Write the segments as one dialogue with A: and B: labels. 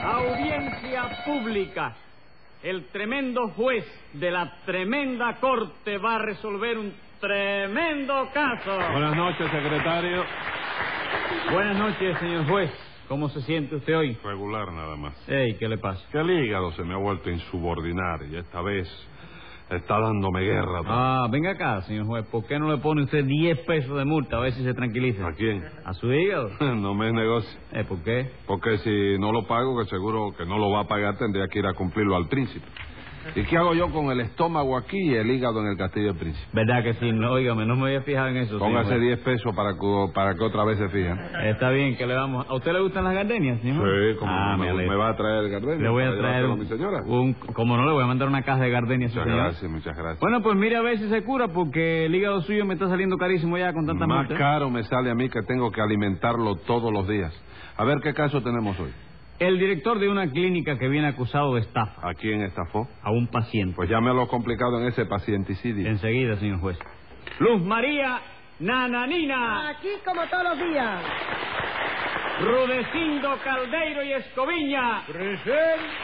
A: Audiencia pública. El tremendo juez de la tremenda corte va a resolver un tremendo caso.
B: Buenas noches, secretario.
A: Buenas noches, señor juez. ¿Cómo se siente usted hoy?
B: Regular nada más.
A: Ey, ¿qué le pasa?
B: Que el hígado se me ha vuelto insubordinar y esta vez está dándome guerra.
A: Ah, venga acá, señor juez. ¿Por qué no le pone usted 10 pesos de multa a ver si se tranquiliza?
B: ¿A quién?
A: ¿A su hígado?
B: No me es negocio.
A: Eh, ¿Por qué?
B: Porque si no lo pago, que seguro que no lo va a pagar, tendría que ir a cumplirlo al príncipe. ¿Y qué hago yo con el estómago aquí y el hígado en el castillo del príncipe?
A: ¿Verdad que sí? No, óigame, no me había fijado en eso.
B: Póngase
A: señor juez.
B: 10 pesos para que, para que otra vez se fijen.
A: Está bien, que le vamos. ¿A usted le gustan las gardenias, señor? juez?
B: Sí, como
A: Ah, me
B: me,
A: alegra.
B: me va a traer el gardenia.
A: Le voy a
B: para
A: traer
B: llevárselo
A: un,
B: a mi señora.
A: un- como no le voy a mandar una caja de gardenia a su
B: Muchas
A: señora.
B: gracias, muchas gracias.
A: Bueno, pues mire a ver si se cura porque el hígado suyo me está saliendo carísimo ya con tanta
B: Más
A: multa.
B: caro me sale a mí que tengo que alimentarlo todos los días. A ver qué caso tenemos hoy.
A: El director de una clínica que viene acusado de estafa
B: ¿A quién estafó?
A: a un paciente.
B: Pues ya me lo he complicado en ese pacienticidio.
A: Enseguida, señor juez. Luz María Nananina,
C: Aquí como todos los días.
A: Rudecindo Caldeiro y Escoviña,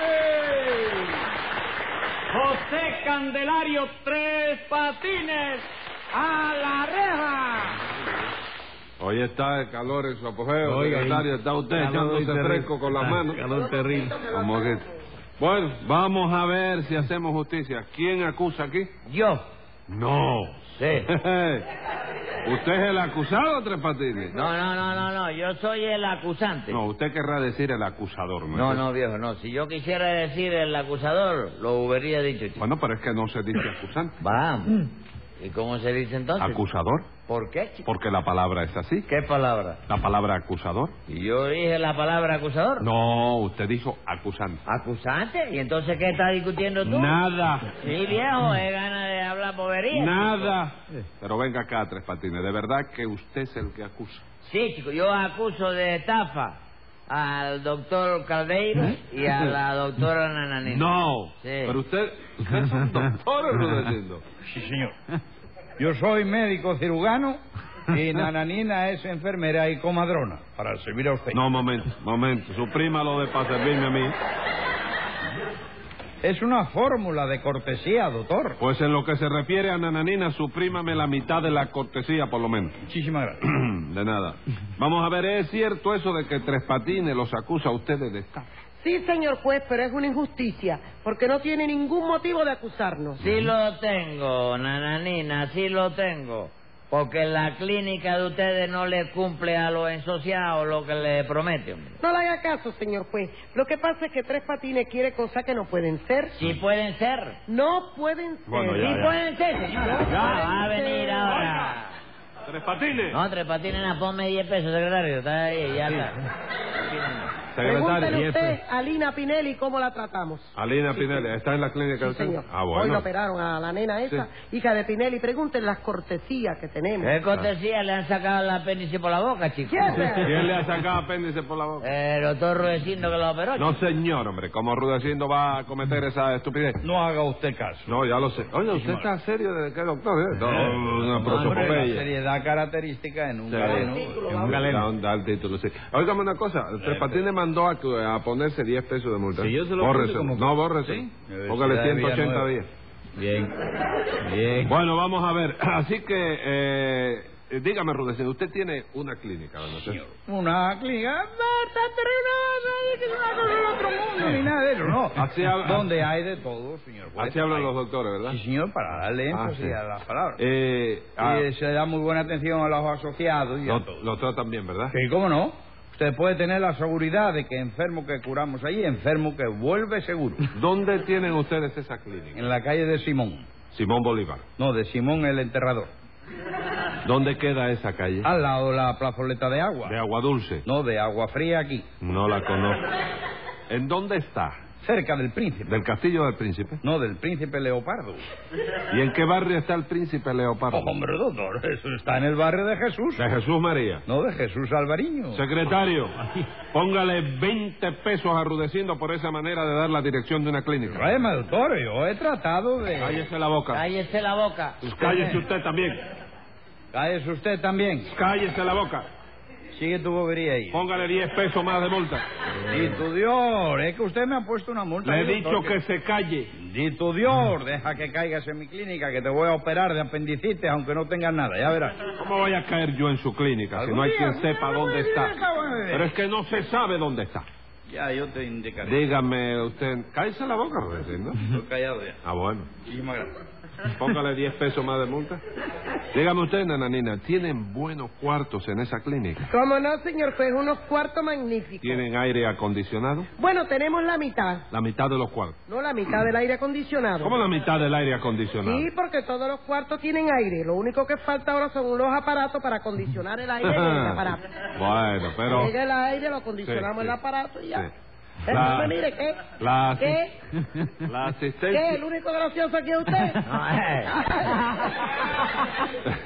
D: ¡Presente!
A: José Candelario Tres Patines, a la reja.
B: Hoy está el calor en su apogeo.
A: Oiga,
B: secretario, está usted
A: calor
B: echándose
A: terrible.
B: fresco con las
A: Ah,
B: manos.
A: Calor terrible.
B: Como que- Bueno, vamos a ver si hacemos justicia. ¿Quién acusa aquí?
D: Yo
B: No.
D: sé.
B: ¿Usted es el acusado, Tres Patines?
D: No, no, no, no, no. Yo soy el acusante.
B: No, usted querrá decir el acusador.
D: no,
B: es
D: no, viejo, no. Si yo quisiera decir el acusador, lo hubiera dicho.
B: eso?
D: chico.
B: Bueno, pero es que no se dice acusante.
D: Vamos. ¿Y cómo se dice entonces?
B: ¿Acusador?
D: ¿Por qué, chico?
B: Porque la palabra es así.
D: ¿Qué palabra?
B: ¿La palabra acusador?
D: ¿Y yo dije la palabra acusador?
B: No, usted dijo acusante.
D: ¿Acusante? ¿Y entonces qué estás discutiendo tú?
B: Nada,
D: Sí, viejo, es gana de hablar bobería.
B: nada. Pero venga acá, Tres Patines, de verdad que usted es el que acusa.
D: Sí, chico, yo acuso de estafa al doctor Caldeiro y a la doctora Nananina.
B: ¿Eh? No,
D: Sí.
B: pero usted, usted es un doctor, Rudecindo.
E: Sí, señor. Yo soy médico cirujano y Nananina es enfermera y comadrona para servir a usted.
B: No, momento, momento, suprímalo de para servirme a mí.
E: Es una fórmula de cortesía, doctor.
B: Pues en lo que se refiere a Nananina, suprímame la mitad de la cortesía, por lo menos.
E: Muchísimas gracias.
B: De nada. Vamos a ver, ¿es cierto eso de que Tres Patines los acusa a ustedes de estafa?
C: Sí, señor juez, pero es una injusticia, porque no tiene ningún motivo de acusarnos.
D: Sí lo tengo, nananina, sí lo tengo. Porque la clínica de ustedes no le cumple a los ensociados lo que le promete, hombre.
C: No le haga caso, señor juez. Lo que pasa es que Tres Patines quiere cosas que no pueden ser.
D: Sí pueden ser.
C: No pueden ser.
B: Bueno, ya,
D: Sí
B: ya.
D: pueden ser, señor.
C: Ya.
D: Ah, Va a venir ahora.
B: ¡Tres Patines!
D: No, tres patines, na, ponme 10 pesos, secretario. Está ahí, ya
E: Ah,
D: está.
C: Pregúntele
B: Secretario,
C: usted a Lina Pinelli cómo la tratamos.
B: Alina Pinelli, ¿está en la clínica?
C: Sí,
B: usted?
C: señor.
B: Ah,
C: Hoy la
B: bueno.
C: operaron a la nena esa, hija de Pinelli. Pregúntenle las cortesías que tenemos.
D: ¿Qué cortesía le han sacado la apéndice por la boca, chico? Eh,
C: ¿Quién es?
B: ¿Quién le ha sacado apéndice por la boca?
D: El doctor Ruedecindo que lo operó.
B: No,
D: chico.
B: señor, hombre. Como Rudecindo va a cometer esa estupidez.
E: No haga usted caso.
B: No, ya lo sé. Oye, ¿usted está serio de qué, doctor? eh? No, una
E: Hombre, la
B: prosopopeya.
E: seriedad característica en un
B: Sí.
E: galeno.
B: Es un galeno. Da el título, sí. Óigame una cosa. Tres Patines mandó a, que- a ponerse 10 pesos de multa.
A: Sí, yo se lo
B: Bórrese.
A: puse como-
B: No, bórrese.
A: Sí.
B: Póngale
E: Universidad de
B: 180
E: Villanueva.
B: días.
A: Bien. Bien.
B: Bueno, vamos a ver. Así que, eh, dígame, Rudecindo, usted tiene una clínica, ¿verdad?
E: Una clínica. no, está terrible, no, no, no, no, no, no, otro mundo, Ni nada de eso, no.
B: Así habla-
E: Donde hay de todo, señor juez.
B: Así hablan los doctores, ¿verdad?
E: Sí, señor, para darle
B: Ah,
E: énfasis
B: sí.
E: a las palabras.
B: Eh, ah,
E: Y se da muy buena atención a los asociados y a
B: lo,
E: todo.
B: lo tratan bien, ¿verdad?
E: Sí, cómo no. Usted puede tener la seguridad de que enfermo que curamos allí, enfermo que vuelve seguro.
B: ¿Dónde tienen ustedes esa clínica?
E: En la calle de Simón.
B: Simón Bolívar.
E: No, de Simón el enterrador.
B: ¿Dónde queda esa calle?
E: Al lado de la plazoleta de agua.
B: De Agua Dulce.
E: No, de agua fría aquí.
B: No la conozco. ¿En dónde está?
E: Cerca del príncipe.
B: ¿Del Castillo del Príncipe?
E: No, del príncipe Leopardo.
B: ¿Y en qué barrio está el Príncipe Leopardo?
E: Oh,
A: Oh,
E: hombre, doctor, eso está en el barrio de Jesús.
B: De Jesús María.
E: No, de Jesús Alvariño.
B: Secretario, póngale 20 pesos arrudeciendo por esa manera de dar la dirección de una clínica.
E: Problema, doctor, yo he tratado de...
B: Cállese la boca.
D: Cállese la boca.
B: Cállese usted también.
E: Cállese usted también.
B: Cállese la boca.
E: Sigue tu bobería ahí.
B: Póngale 10 pesos más de multa.
E: Dito Dior, es que usted Oh. me ha puesto una multa.
B: Le he
E: doctor,
B: dicho
E: que-
B: que se calle.
E: Dito Dior, deja que caigas en mi clínica que te voy a operar de apendicitis aunque no tengas nada, ya verás.
B: ¿Cómo voy a caer yo en su clínica si
E: Algún
B: no hay
E: día,
B: quien
E: algún
B: sepa
E: día me
B: dónde
E: voy a
B: está?
E: vivir, cabrón, bebé.
B: Pero es que no se sabe dónde está.
E: Ya, yo te indicaré.
B: Dígame usted, cállese la boca, Rudecindo.
E: Estoy callado ya.
B: Ah, bueno.
E: Muchísimas gracias.
B: Póngale 10 pesos más de multa. Dígame usted, nananina, ¿tienen buenos cuartos en esa clínica?
C: Como no, señor juez, unos cuartos magníficos.
B: ¿Tienen aire acondicionado?
C: Bueno, tenemos la mitad.
B: La mitad de los cuartos.
C: No, la mitad del aire acondicionado.
B: ¿Cómo la mitad del aire acondicionado?
C: Sí, porque todos los cuartos tienen aire. Lo único que falta ahora son los aparatos para acondicionar el aire en el aparato.
B: bueno, pero...
C: Llega el aire, lo acondicionamos
B: Sí, sí.
C: el aparato y ya.
B: Sí.
C: Entonces, mire, ¿qué?
B: La, asi-
C: ¿Qué?
B: la
C: ¿Qué? ¿El
B: asistencia...
C: único gracioso aquí es usted?
D: No,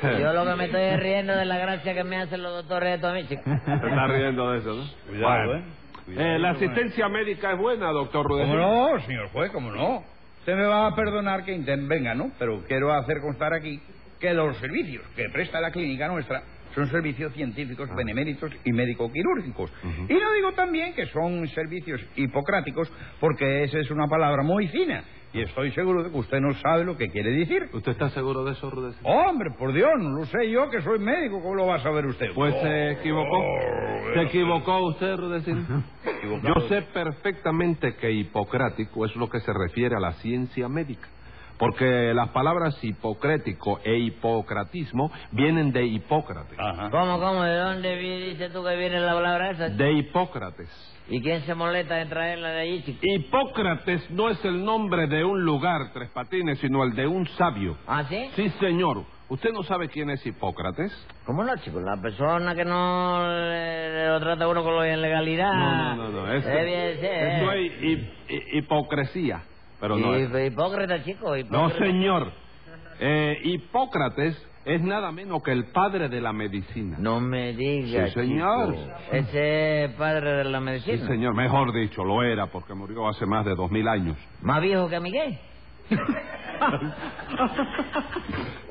D: eh. Yo lo que me estoy riendo de la gracia que me hacen los doctores estos a mí, chico.
B: Se está riendo de eso, ¿no?
E: Cuidado,
B: Bueno.
E: ¿eh? Cuidado
B: Eh, la
E: con eso.
B: asistencia médica es buena, doctor
E: ¿Cómo
B: Rudecindo.
E: no, señor juez? ¿Cómo no? Usted me va a perdonar que intervenga, ¿no? Pero quiero hacer constar aquí que los servicios que presta la clínica nuestra son servicios científicos,
B: Ah.
E: beneméritos y médico-quirúrgicos. Y lo digo también que son servicios hipocráticos porque esa es una palabra muy fina. Y estoy seguro de que usted no sabe lo que quiere decir.
B: ¿Usted está seguro de eso, Rudecindo?
E: Hombre, por Dios, no lo sé yo que soy médico. ¿Cómo lo va a saber usted?
B: Pues se equivocó.
E: Oh,
B: Se equivocó usted, Rudecindo.
E: Equivocado.
B: Yo sé perfectamente que hipocrático es lo que se refiere a la ciencia médica. Porque las palabras hipocrético e hipocratismo vienen de Hipócrates.
E: Ajá.
D: ¿Cómo, cómo? ¿De dónde vi- dices tú que viene la palabra esa? chico?
B: De Hipócrates.
D: ¿Y quién se molesta de traerla de allí, chico?
B: Hipócrates no es el nombre de un lugar, Tres Patines, sino el de un sabio.
D: ¿Ah, sí?
B: Sí, señor. ¿Usted no sabe quién es Hipócrates?
D: ¿Cómo no, chico? La persona que no le- lo trata a uno con la ilegalidad.
B: No, no, no, no. Eso,
D: Debe ser.
B: eso es hi- hi- hipocresía. Pero no. es-
D: Hip- Hipócrita, chico.
B: No,
D: Hipócrita.
B: señor. Eh, Hipócrates es nada menos que el padre de la medicina.
D: No me digas.
B: Sí, señor.
D: chico. Ese es padre de la medicina.
B: Sí, señor. Mejor dicho, lo era porque murió hace más de dos mil años.
D: Más viejo que Miguel.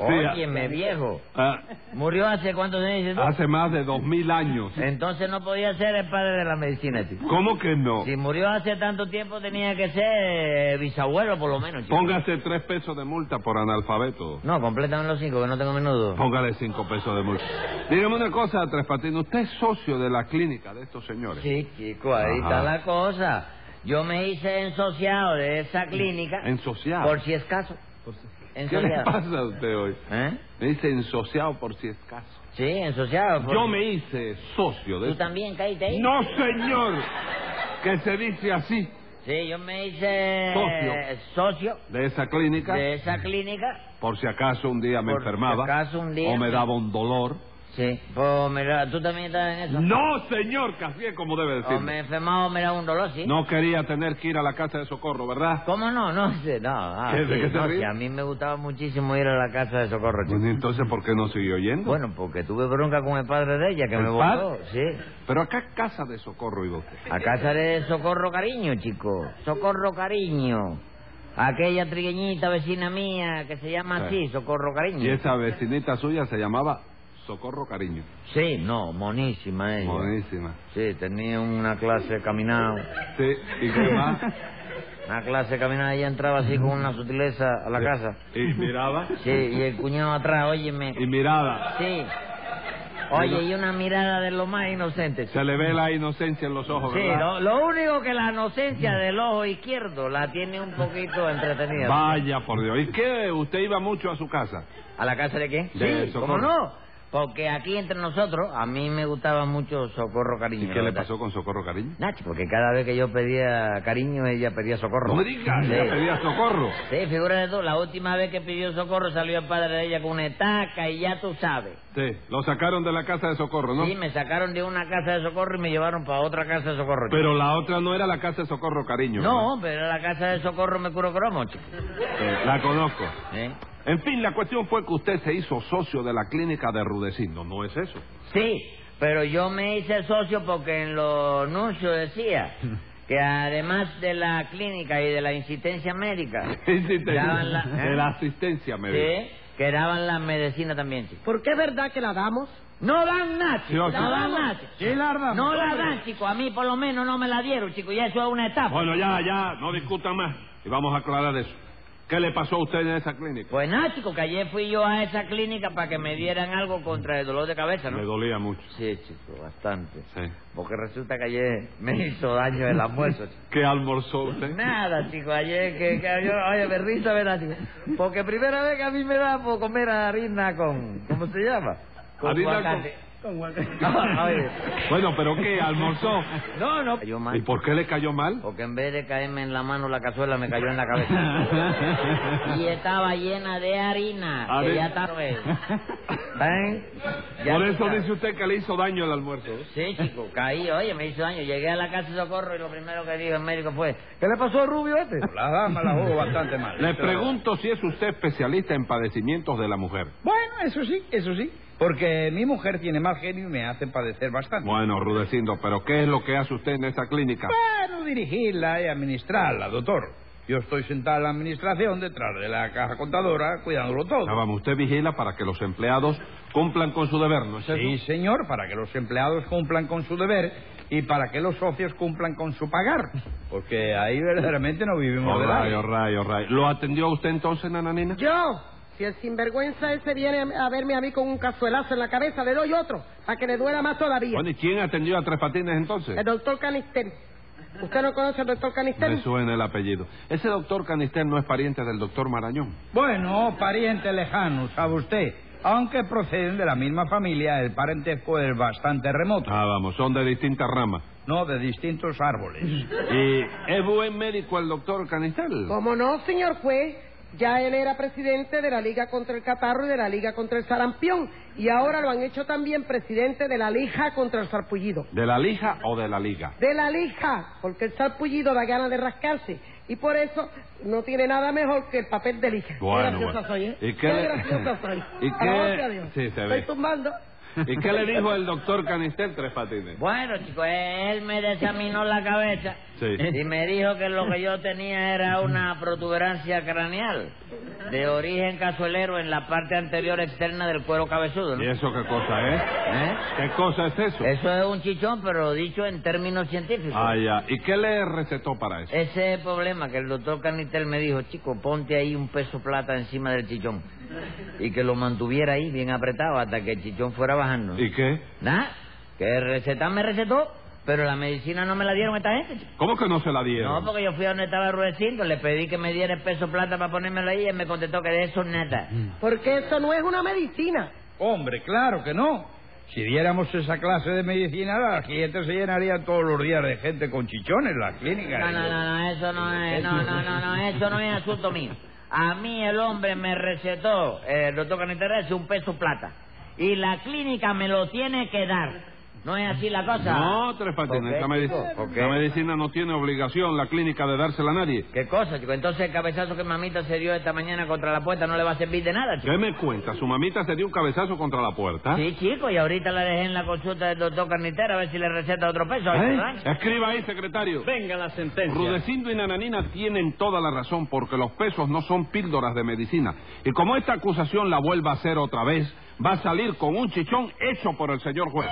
D: Óyeme, viejo.
B: Ah,
D: Murió hace cuántos años. dices tú?
B: hace más de dos mil años.
D: Entonces no podía ser el padre de la medicina, chico.
B: ¿Cómo que no?
D: Si murió hace tanto tiempo tenía que ser eh, bisabuelo por lo menos, chico.
B: Póngase tres pesos de multa por analfabeto.
D: No, complétame los cinco, que no tengo menudo.
B: Póngale cinco pesos de multa. Dígame una cosa, Tres Patines. Usted es socio de la clínica de estos señores.
D: Sí, chico, ahí
B: Ajá.
D: está la cosa. Yo me hice ensociado de esa clínica.
B: Ensociado.
D: Por si es caso.
B: ¿Qué le
D: Ensociado.
B: pasa a usted hoy?
D: ¿Eh?
B: Me dice ensociado por si es caso.
D: Sí, ensociado. por-
B: Yo me hice socio de
D: ¿Tú
B: esta-
D: también caíste ahí?
B: No, señor. Que se dice así
D: Sí, yo me hice... Socio.
B: de esa clínica.
D: de esa clínica.
B: Por si acaso un día me
D: Por si
B: enfermaba.
D: acaso un día
B: O me
D: me-
B: daba un dolor.
D: Sí. Pues mira, ¿tú también estás en eso?
B: No, señor, casi es como debe
D: O
B: decir.
D: me enfermaba o me daba un dolor, sí.
B: No quería tener que ir a la casa de socorro, ¿verdad?
D: ¿Cómo no? No sé, no. ah,
B: ¿Qué, de
D: sí,
B: qué se
D: no,
B: ríe?
D: sí, a mí me gustaba muchísimo ir a la casa de socorro, chico.
B: Bueno, Pues, entonces, ¿por qué Pues no siguió yendo?
D: Bueno, porque tuve bronca con el padre de ella que
B: ¿El
D: me votó, sí.
B: Pero acá casa de socorro iba usted.
D: A casa de Socorro Cariño, chico. Socorro Cariño. Aquella trigueñita vecina mía que se llama
B: Sí.
D: así, Socorro
B: Y
D: Cariño.
B: esa vecinita suya se llamaba Socorro Cariño.
D: Sí, no, monísima ella.
B: Buenísima.
D: Sí, tenía una clase de caminado.
B: Sí, ¿y qué más?
D: Una clase de caminado, ella entraba así con una sutileza a la casa.
B: Y miraba.
D: Sí, y el cuñado atrás, óyeme.
B: Y mirada.
D: Sí. Oye, y una mirada de lo más inocente. chico.
B: Se le ve la inocencia en los ojos,
D: Sí,
B: ¿verdad?
D: lo, lo único que la inocencia del ojo izquierdo la tiene un poquito entretenida.
B: Vaya por Dios. ¿Y qué? ¿Usted iba mucho a su casa?
D: ¿A la casa de qué?
B: De
D: sí,
B: Socorro.
D: ¿cómo no? Porque aquí entre nosotros, a mí me gustaba mucho Socorro Cariño.
B: ¿Y qué
D: la
B: le
D: verdad.
B: pasó con Socorro Cariño?
D: Nacho, porque cada vez que yo pedía cariño, ella pedía socorro.
B: No me digas,
D: Sí.
B: le pedía socorro.
D: Sí, figúrate tú, la última vez que pidió socorro salió el padre de ella con una estaca y ya tú sabes.
B: Sí, lo sacaron de la casa de socorro, ¿no?
D: Sí, me sacaron de una casa de socorro y me llevaron para otra casa de socorro. chico.
B: Pero la otra no era la casa de socorro, cariño.
D: No, pero la casa de socorro me curó cromo, chico.
B: ¿verdad? Eh, la conozco.
D: ¿Eh?
B: En fin, la cuestión fue que usted se hizo socio de la clínica de Rudecindo. No es eso.
D: Sí, pero yo me hice socio porque en los anuncios decía que además de la clínica y de la insistencia médica,
B: Sí, sí, te-
D: daban la- ¿eh?
B: de la asistencia médica.
D: Sí, que daban la medicina también, chico.
C: ¿Por qué es verdad que la damos?
D: No dan nada,
B: Sí,
D: chico,
B: sí.
D: no dan nada. chico.
E: Sí, Larda.
D: No la dan, chico. A mí por lo menos no me la dieron, chico. Y eso es una etapa.
B: Bueno, ya, ya, no discutan más. Y vamos a aclarar eso. ¿Qué le pasó a usted en esa clínica?
D: Pues nada, chico, que ayer fui yo a esa clínica para que me dieran algo contra el dolor de cabeza,
B: Me
D: ¿no?
B: dolía mucho.
D: Sí, chico, bastante.
B: Sí.
D: Porque resulta que ayer me hizo daño el almuerzo, chico.
B: ¿Qué almorzó usted?
D: Nada, chico, ayer que, que yo, oye, me risa, ¿verdad, chico? Porque primera vez que a mí me da por comer harina con, ¿cómo se llama?
B: Harina con-
D: aguacate.
C: Con
D: Oye,
B: Bueno, pero ¿qué? ¿Almorzó?
D: no, no. Cayó mal.
B: ¿Y por qué le cayó mal?
D: Porque en vez de caerme en la mano la cazuela, me cayó en la cabeza. y estaba llena de harina.
B: Harina.
D: Que ya está. ¿Ven? Ya
B: Por
D: tú
B: eso
D: sabes.
B: dice usted que le hizo daño el almuerzo.
D: Sí, chico, caí, oye, me hizo daño. Llegué a la casa de socorro y lo primero que dijo el médico fue: ¿Qué le pasó al rubio este?
E: La dama la jugó bastante mal.
B: Le
E: Esto-
B: pregunto si es usted especialista en padecimientos de la mujer.
E: Bueno, eso sí, eso sí. Porque mi mujer tiene mal genio y me hace padecer bastante.
B: Bueno, Rudecindo, pero ¿qué es lo que hace usted en esa clínica?
E: Bueno, dirigirla y administrarla, doctor. Yo estoy sentado en la administración detrás de la caja contadora, cuidándolo todo.
B: Ah, vamos, usted vigila para que los empleados cumplan con su deber, ¿no es eso?
E: Sí, señor, para que los empleados cumplan con su deber y para que los socios cumplan con su pagar. Porque ahí verdaderamente no vivimos de
B: Orray,
E: la...
B: orray, orray. ¿Lo atendió usted entonces, nananina?
C: Yo, si el sinvergüenza ese viene a verme a mí con un cazuelazo en la cabeza, le doy otro, para que le duela más todavía.
B: Bueno, ¿y quién atendió a Tres Patines entonces?
C: El doctor Canister. ¿Usted no conoce al doctor Canister?
B: Me suena el apellido. Ese doctor Canister no es pariente del doctor Marañón.
E: Bueno, pariente lejano, sabe usted. Aunque proceden de la misma familia, el parentesco es bastante remoto.
B: Ah, vamos, son de distintas ramas.
E: No, de distintos árboles.
B: ¿Y es buen médico el doctor Canister?
C: ¿Cómo no, señor juez? Ya él era presidente de la Liga contra el Catarro y de la Liga contra el Sarampión. Y ahora lo han hecho también presidente de la Lija contra el Sarpullido.
B: ¿De la lija o de la liga?
C: De la Lija, porque el Sarpullido da ganas de rascarse. Y por eso no tiene nada mejor que el papel de Lija.
B: Bueno,
C: qué
B: bueno.
C: graciosa soy, ¿eh?
B: ¿Y qué le-
C: graciosa soy.
B: ¿Y
C: A
B: qué-
C: la voz de Dios.
B: Sí, se ve.
C: Estoy tumbando.
B: ¿Y qué le dijo el doctor Canister Tres Patines?
D: Bueno, chico, él me desaminó la cabeza
B: Sí.
D: y me dijo que lo que yo tenía era una protuberancia craneal de origen cazuelero en la parte anterior externa del cuero cabezudo, ¿no?
B: ¿Y eso qué cosa es?
D: ¿Eh?
B: ¿Qué cosa es eso?
D: Eso es un chichón, pero dicho en términos científicos.
B: Ah, ya. ¿Y qué le recetó para eso?
D: Ese es el problema, que el doctor Canitel me dijo, chico, ponte ahí un peso plata encima del chichón. Y que lo mantuviera ahí bien apretado hasta que el chichón fuera bajando.
B: ¿Y qué?
D: Nada, que recetar me recetó, pero la medicina no me la dieron esta gente. chico.
B: ¿Cómo que no se la
D: No,
B: dieron?
D: porque yo fui a donde estaba Rudecindo, le pedí que me diera el peso plata para ponérmelo ahí y él me contestó que de eso nada.
C: Porque eso no es una medicina.
E: Hombre, claro que no. Si diéramos esa clase de medicina, las clientes se llenarían todos los días de gente con chichones, las clínicas.
D: No, no, no, no, eso no es, no, no, no, no, eso no es asunto mío. A mí el hombre me recetó, eh, el doctor Caniterra, es un peso plata. Y la clínica me lo tiene que dar. ¿No es así la cosa?
B: No, Tres Patines, la,
D: ¿Por qué, chico?
B: medic-
D: ¿Por
B: la
D: qué?
B: medicina no tiene obligación, la clínica, de dársela a nadie.
D: ¿Qué cosa, chico? Entonces el cabezazo que mamita se dio esta mañana contra la puerta no le va a servir de nada, chico.
B: ¿Qué me cuenta? ¿Su mamita se dio un cabezazo contra la puerta?
D: Sí, chico, y ahorita la dejé en la consulta del doctor Carnitera a ver si le receta otro peso.
B: ¿Eh?
D: ¿verdad?
B: Escriba ahí, secretario.
A: Venga la sentencia.
B: Rudecindo y Nananina tienen toda la razón porque los pesos no son píldoras de medicina. Y como esta acusación la vuelva a hacer otra vez, va a salir con un chichón hecho por el señor juez.